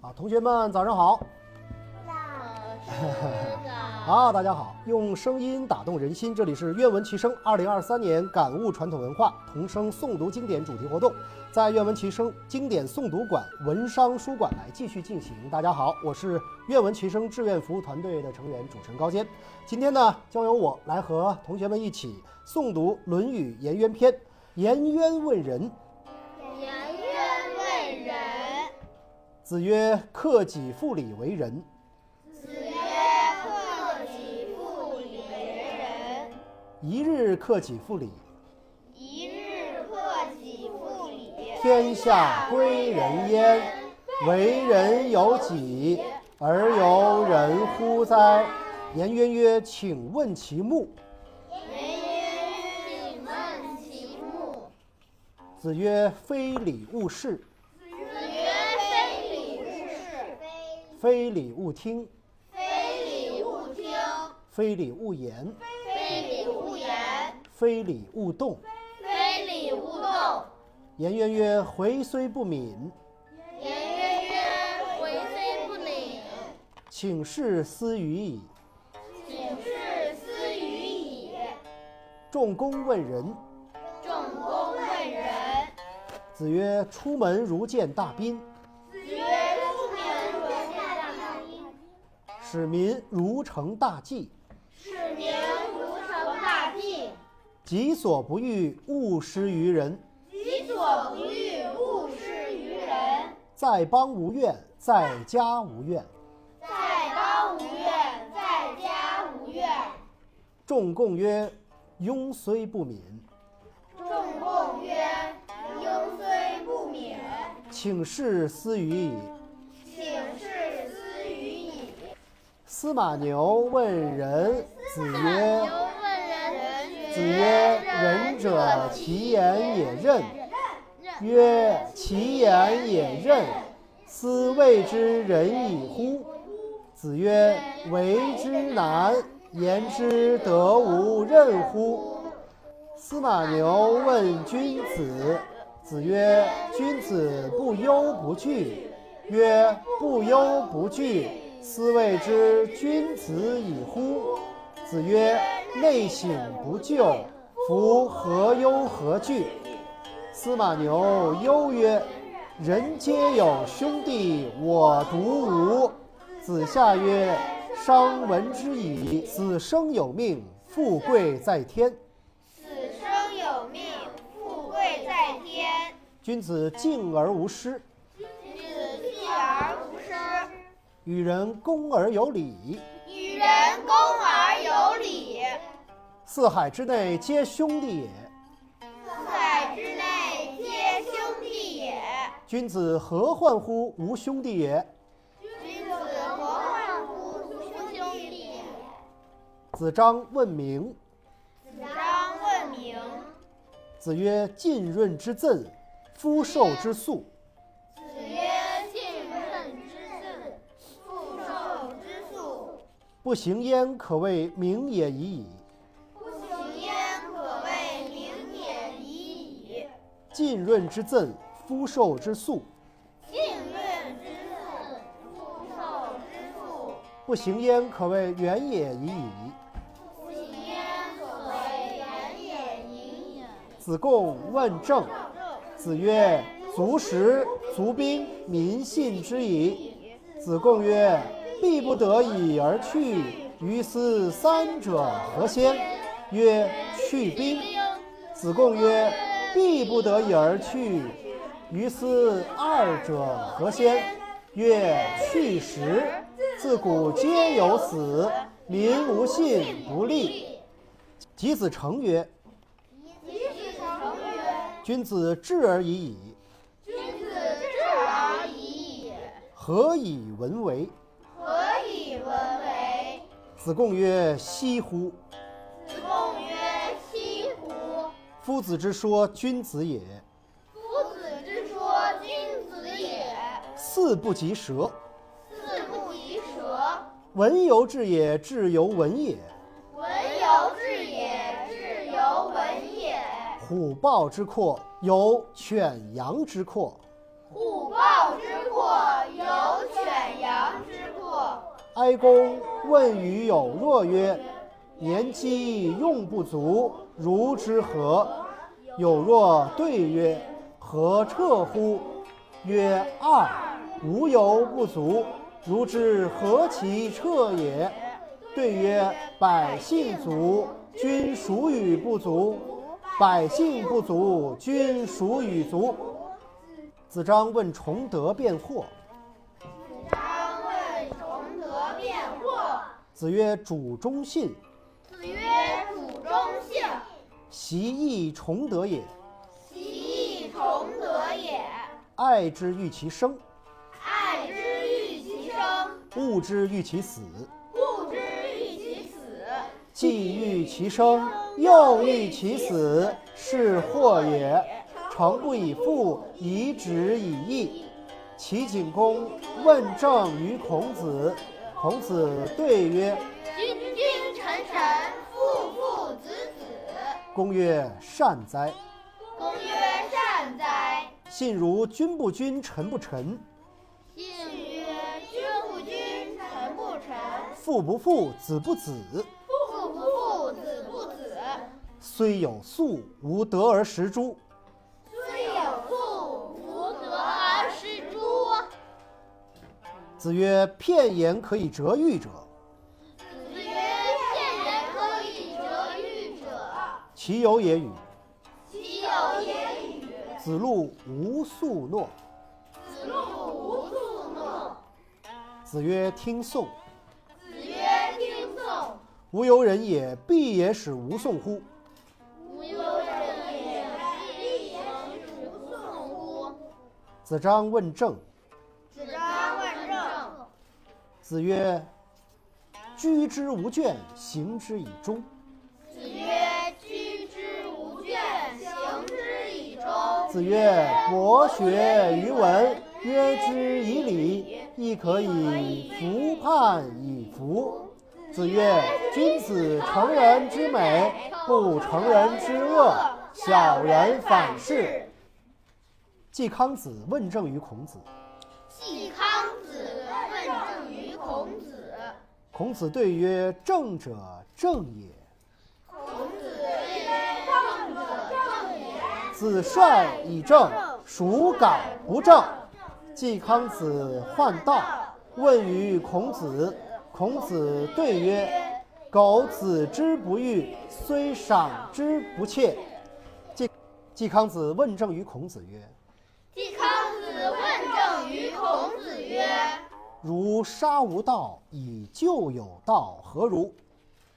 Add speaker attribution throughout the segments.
Speaker 1: 啊学们，早上好！啊，大家 好！用声音打动人心，这里是愿闻其声。二零二三年感悟传统文化童声诵读经典主题活动，在愿闻其声经典诵读馆文商书馆来继续进行。大家好，我是愿闻其声志愿服务团队的成员主持人高坚。今天呢，将由我来和同学们一起诵读《论语颜渊篇》。颜渊问仁，
Speaker 2: 颜渊问仁，
Speaker 1: 子曰：“克己复礼为仁。”
Speaker 2: 子曰：“克己复礼为仁。”
Speaker 1: 一日克己复礼，
Speaker 2: 一日克己复礼，
Speaker 1: 天下归仁焉。为人有己，而由人乎哉？颜渊曰：“请问其目。”
Speaker 2: 颜渊请问其目。
Speaker 1: 子曰：“非礼勿视，
Speaker 2: 子曰：“非礼勿视，
Speaker 1: 非礼勿听，
Speaker 2: 非礼勿听，
Speaker 1: 非礼勿言，
Speaker 2: 非礼勿言，
Speaker 1: 非礼勿动。
Speaker 2: 非礼勿动。”
Speaker 1: 颜渊曰：“回虽不敏，”
Speaker 2: 颜渊曰：“回虽不敏，
Speaker 1: 请事斯语矣。
Speaker 2: 请事斯语矣。”
Speaker 1: 仲弓问仁，”
Speaker 2: 仲弓问仁。
Speaker 1: 子曰：“出门如见大宾，
Speaker 2: 子曰：“出门如见大宾，
Speaker 1: 使民如承大计。
Speaker 2: 使民如承大计。
Speaker 1: 己所不欲，勿施于人。
Speaker 2: 己所不欲，勿施于人。
Speaker 1: 在邦无怨，在家无怨。
Speaker 2: 在邦无怨，在家无怨。”
Speaker 1: 仲弓曰：“庸虽不敏，”
Speaker 2: 仲弓曰：“庸虽不敏，
Speaker 1: 请事斯语矣。”
Speaker 2: 请事斯语矣。
Speaker 1: 司马牛问仁，子曰：“
Speaker 2: 问人
Speaker 1: 子曰，仁者其言也任。曰，其言也任，斯谓之仁矣乎？”子曰：“为之难，言之得无任乎？”司马牛问君子，子曰：“君子不忧不惧。”曰：“不忧不惧，斯谓之君子矣乎？”子曰：“内省不疚，夫何忧何惧？”司马牛忧曰：“人皆有兄弟，我独无。”子夏曰：“伤闻之矣，子生有命，富贵在天。
Speaker 2: 此生有命，富贵在天。
Speaker 1: 君子敬而无失，
Speaker 2: 子继而无失，
Speaker 1: 与人恭而有礼。
Speaker 2: 与人恭而有礼。
Speaker 1: 四海之内皆兄弟也。
Speaker 2: 四海之内皆兄弟也。
Speaker 1: 君子何患乎无兄弟也？”
Speaker 2: 君子何患乎无兄弟也？
Speaker 1: 子张问名，
Speaker 2: 子张问名。
Speaker 1: 子曰：“浸润之赠，肤受之粟。
Speaker 2: 子曰：“信任之字，复受之素。
Speaker 1: 不行焉，可谓明也已矣。
Speaker 2: 不行焉，可谓明也已矣。
Speaker 1: 浸润之赠，肤受之粟。
Speaker 2: 信任之字，复受之素。
Speaker 1: 不行焉，可谓远也已矣。”
Speaker 2: 不行焉，可谓远也已矣。
Speaker 1: 子贡问政，子曰：“足食，足兵，民信之矣。”子贡曰：“必不得已而去，于斯三者何先？”曰：“去兵。”子贡曰：“必不得已而去，于斯二者何先？”曰：“去时。自古皆有死，民无信不立。”及子成曰：“
Speaker 2: 及子成曰：“
Speaker 1: 君子智而已矣，
Speaker 2: 君子智而已矣，
Speaker 1: 何以文为？”
Speaker 2: 何以文为？”
Speaker 1: 子贡曰：“惜乎！
Speaker 2: 子贡曰：“惜乎！
Speaker 1: 夫子之说君子也，
Speaker 2: 夫子之说君子也，
Speaker 1: 四不及舌。
Speaker 2: 四不及舌。
Speaker 1: 文犹质也，质犹文也。
Speaker 2: 文犹质也，质犹文也。
Speaker 1: 虎豹之阔，有犬羊之阔。
Speaker 2: 虎豹之阔，有犬
Speaker 1: 哀公问于有若曰：“年饥用不足，如之何？”有若对曰：“何彻乎？”曰：“二，无由不足，如之何其彻也？”对曰：“百姓足，君孰与不足？百姓不足，君孰与足？”子张问崇德辩惑。
Speaker 2: 张问崇德辩惑。
Speaker 1: 子曰：“主忠信，
Speaker 2: 子曰：“主忠信，
Speaker 1: 习亦崇德也。
Speaker 2: 其义崇德也。
Speaker 1: 爱之欲其生，
Speaker 2: 爱之欲其生，
Speaker 1: 恶之欲其死。
Speaker 2: 恶之欲其死。
Speaker 1: 既欲其生，又欲其死，是祸也。诚不以复，以止以义。”齐景公问政于孔子，孔子对曰：“
Speaker 2: 君君臣臣，父父子子。
Speaker 1: 公曰：善哉！”
Speaker 2: 公曰：善哉。
Speaker 1: 信如君不君，臣不臣，
Speaker 2: 信曰：君不君，臣不臣，
Speaker 1: 父不父，子不子。
Speaker 2: 父不父，子不子。
Speaker 1: 虽有粟，无德而食诸。
Speaker 2: 虽有父，无德而食诸。
Speaker 1: 子曰：片言可以折玉者，
Speaker 2: 子曰：骗人可以折玉者，
Speaker 1: 其有也与？
Speaker 2: 其有也与？
Speaker 1: 子路无宿诺。
Speaker 2: 子路无路怒。
Speaker 1: 子曰：听讼，
Speaker 2: 子曰：听讼，
Speaker 1: 无由人也，必也使无讼乎？
Speaker 2: 无由人也，必也使无讼乎？
Speaker 1: 子张问政。
Speaker 2: 子张问政。
Speaker 1: 子曰：居之无倦，行之以忠。
Speaker 2: 子曰：居之无倦，行之以忠。
Speaker 1: 子曰：博学于文，约之以礼，亦可以服判以服。子曰：君子成人之美，不成人之恶，小人反是。。季康子问政于孔子，
Speaker 2: 季康子问政于孔子，
Speaker 1: 孔子对曰：“政者，正也。
Speaker 2: 孔子曰：“政者，正也。
Speaker 1: 子帅以正，孰敢不正？”季康子患道，问于孔子。孔子对曰：“苟子之不欲，虽赏之不窃。”季季康子问政于孔子曰
Speaker 2: 季康子问政于孔子曰：“
Speaker 1: 如杀无道，以旧有道，何如：“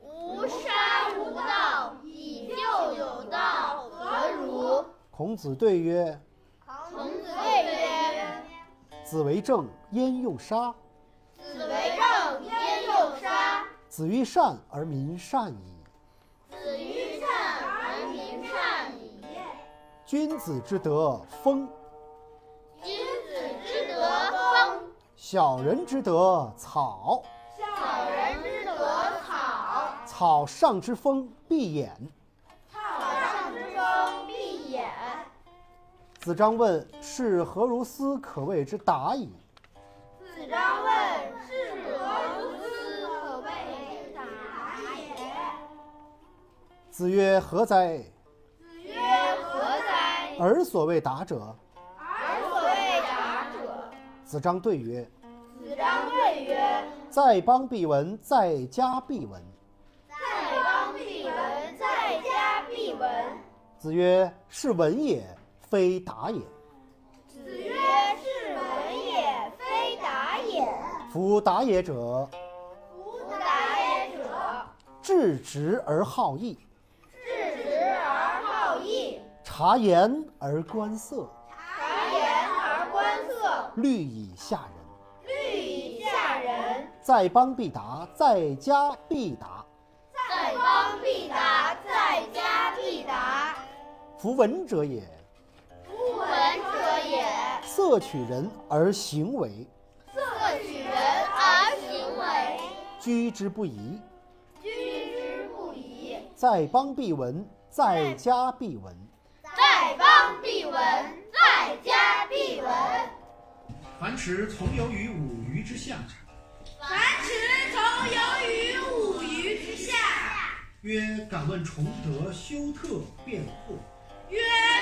Speaker 2: 吾杀无道，以旧有道，何如？”？”
Speaker 1: 孔子对曰
Speaker 2: 孔子曰：“
Speaker 1: 子为政，焉用杀？：“
Speaker 2: 子为政，焉用杀？
Speaker 1: 子欲善而民善矣。”
Speaker 2: 子欲善而民善矣。
Speaker 1: 君子之德风，
Speaker 2: 君子之德风，
Speaker 1: 小人之德草。
Speaker 2: 小人之德草。
Speaker 1: 草上之风必偃。
Speaker 2: 草上之风必偃。
Speaker 1: 子张问：“是何如斯？可谓之达矣。
Speaker 2: 子张问：“是何如斯？可谓之达也？”
Speaker 1: 子曰：“何哉？”
Speaker 2: 子曰：“何哉？
Speaker 1: 尔所谓达者。
Speaker 2: 而所谓达者。”
Speaker 1: 子张对曰”
Speaker 2: 子张问曰：“
Speaker 1: 在邦必闻，在家必闻。”：“
Speaker 2: 在邦必闻，在家必闻。
Speaker 1: 子曰：“是闻也，非达也。””
Speaker 2: 子曰：“是闻也，非达也。
Speaker 1: 夫达也者，
Speaker 2: 夫达也者，
Speaker 1: 质直而好义，
Speaker 2: 质直而好义，
Speaker 1: 察言而观色，
Speaker 2: 察言而观色，
Speaker 1: 虑以下人。
Speaker 2: 虑以下人。”
Speaker 1: 在邦必达，在家必达。
Speaker 2: 在邦必达，在家必达。
Speaker 1: 夫闻者也，
Speaker 2: 夫闻者也，
Speaker 1: 色取人而行为，
Speaker 2: 色取人而行为，
Speaker 1: 居之不疑。
Speaker 2: 居之不疑。
Speaker 1: 在邦必闻，在家必闻。
Speaker 2: 在邦必闻，在家必闻。
Speaker 3: 樊迟从游于五鱼之下，
Speaker 4: 樊迟从游于五鱼之下。
Speaker 5: 曰：敢问崇德，修特变惑。
Speaker 4: 曰：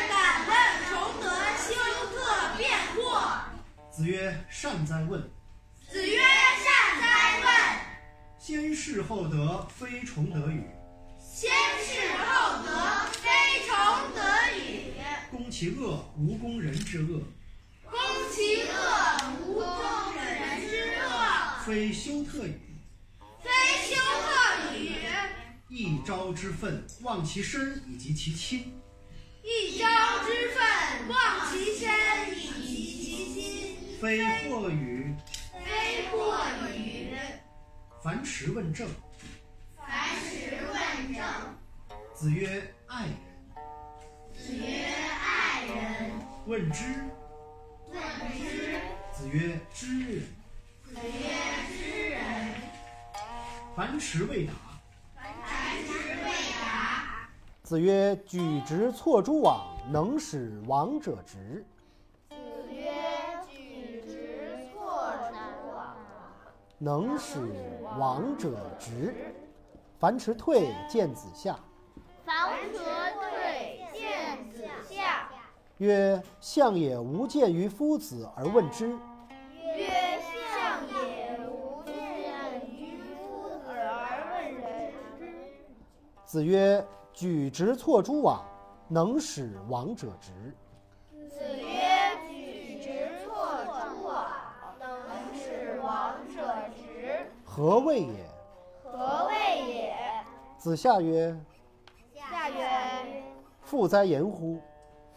Speaker 4: 敢问崇德，修特变惑。
Speaker 5: 子曰：善哉问！
Speaker 4: 子曰：善哉问！
Speaker 5: 先世后德，非崇德与？
Speaker 4: 先世后德，非崇德与？
Speaker 5: 攻其恶，无攻人之恶；
Speaker 4: 攻其恶，无攻人之恶。
Speaker 5: 非修特与？
Speaker 4: 非修特与？
Speaker 5: 一朝之愤，忘其身以及其亲。
Speaker 4: 一朝之愤，忘其身以及其心。
Speaker 5: 非或与？
Speaker 4: 非或与？
Speaker 5: 樊迟问政。
Speaker 4: 樊迟问政。
Speaker 5: 子曰：爱人。
Speaker 4: 子曰：爱人。
Speaker 5: 问之。
Speaker 4: 问之。
Speaker 5: 子曰：知人。
Speaker 4: 子曰：知人。
Speaker 5: 樊迟未答。
Speaker 4: 樊迟未答。
Speaker 1: 子曰：举直错诸枉，能使枉者直。
Speaker 4: 子曰：举直错诸枉，
Speaker 1: 能使枉者直。樊迟退，见子夏。
Speaker 2: 樊迟退，见子夏。
Speaker 1: 曰：相也无见于夫子而问之。
Speaker 2: 曰：相也无见于夫子而问之。
Speaker 1: 子曰：举直错诸枉，能使枉者直。
Speaker 2: 子曰：举直错诸枉，能使枉者直。
Speaker 1: 何谓也？
Speaker 2: 何谓也？
Speaker 1: 子夏曰：
Speaker 2: 夏曰：
Speaker 1: 父哉言乎！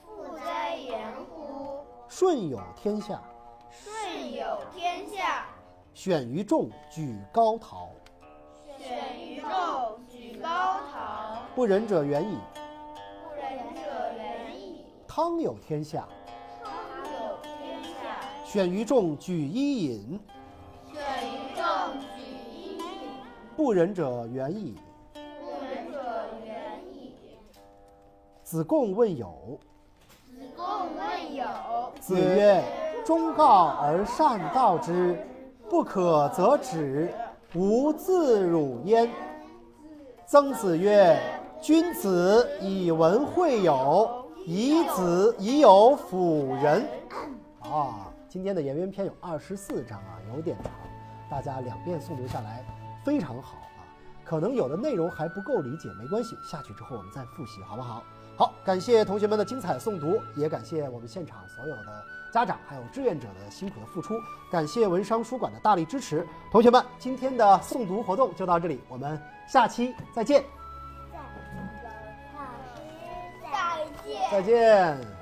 Speaker 2: 父哉言乎！
Speaker 1: 舜有天下，
Speaker 2: 舜有天下，
Speaker 1: 选于众，举高陶。
Speaker 2: 选于众，举高堂。
Speaker 1: 不仁者远矣。
Speaker 2: 不仁者远矣。
Speaker 1: 汤有天下，
Speaker 2: 汤有天下，
Speaker 1: 选于众，举一饮。
Speaker 2: 选于众，举一饮。
Speaker 1: 不仁者远矣。
Speaker 2: 不仁者远矣。
Speaker 1: 子贡问友。
Speaker 2: 子贡问友。
Speaker 1: 子曰：“忠告而善道之，不可则止，吾自辱焉。”曾子曰：“君子以文会友，以子以友辅仁。”啊，今天的颜渊篇有二十四章啊，有点长，大家两遍诵读下来非常好啊。可能有的内容还不够理解，没关系，下去之后我们再复习，好不好？好，感谢同学们的精彩诵读，也感谢我们现场所有的家长还有志愿者的辛苦的付出，感谢文商书馆的大力支持。同学们，今天的诵读活动就到这里，我们下期再见，
Speaker 4: 老师
Speaker 2: 再见。
Speaker 1: 再见。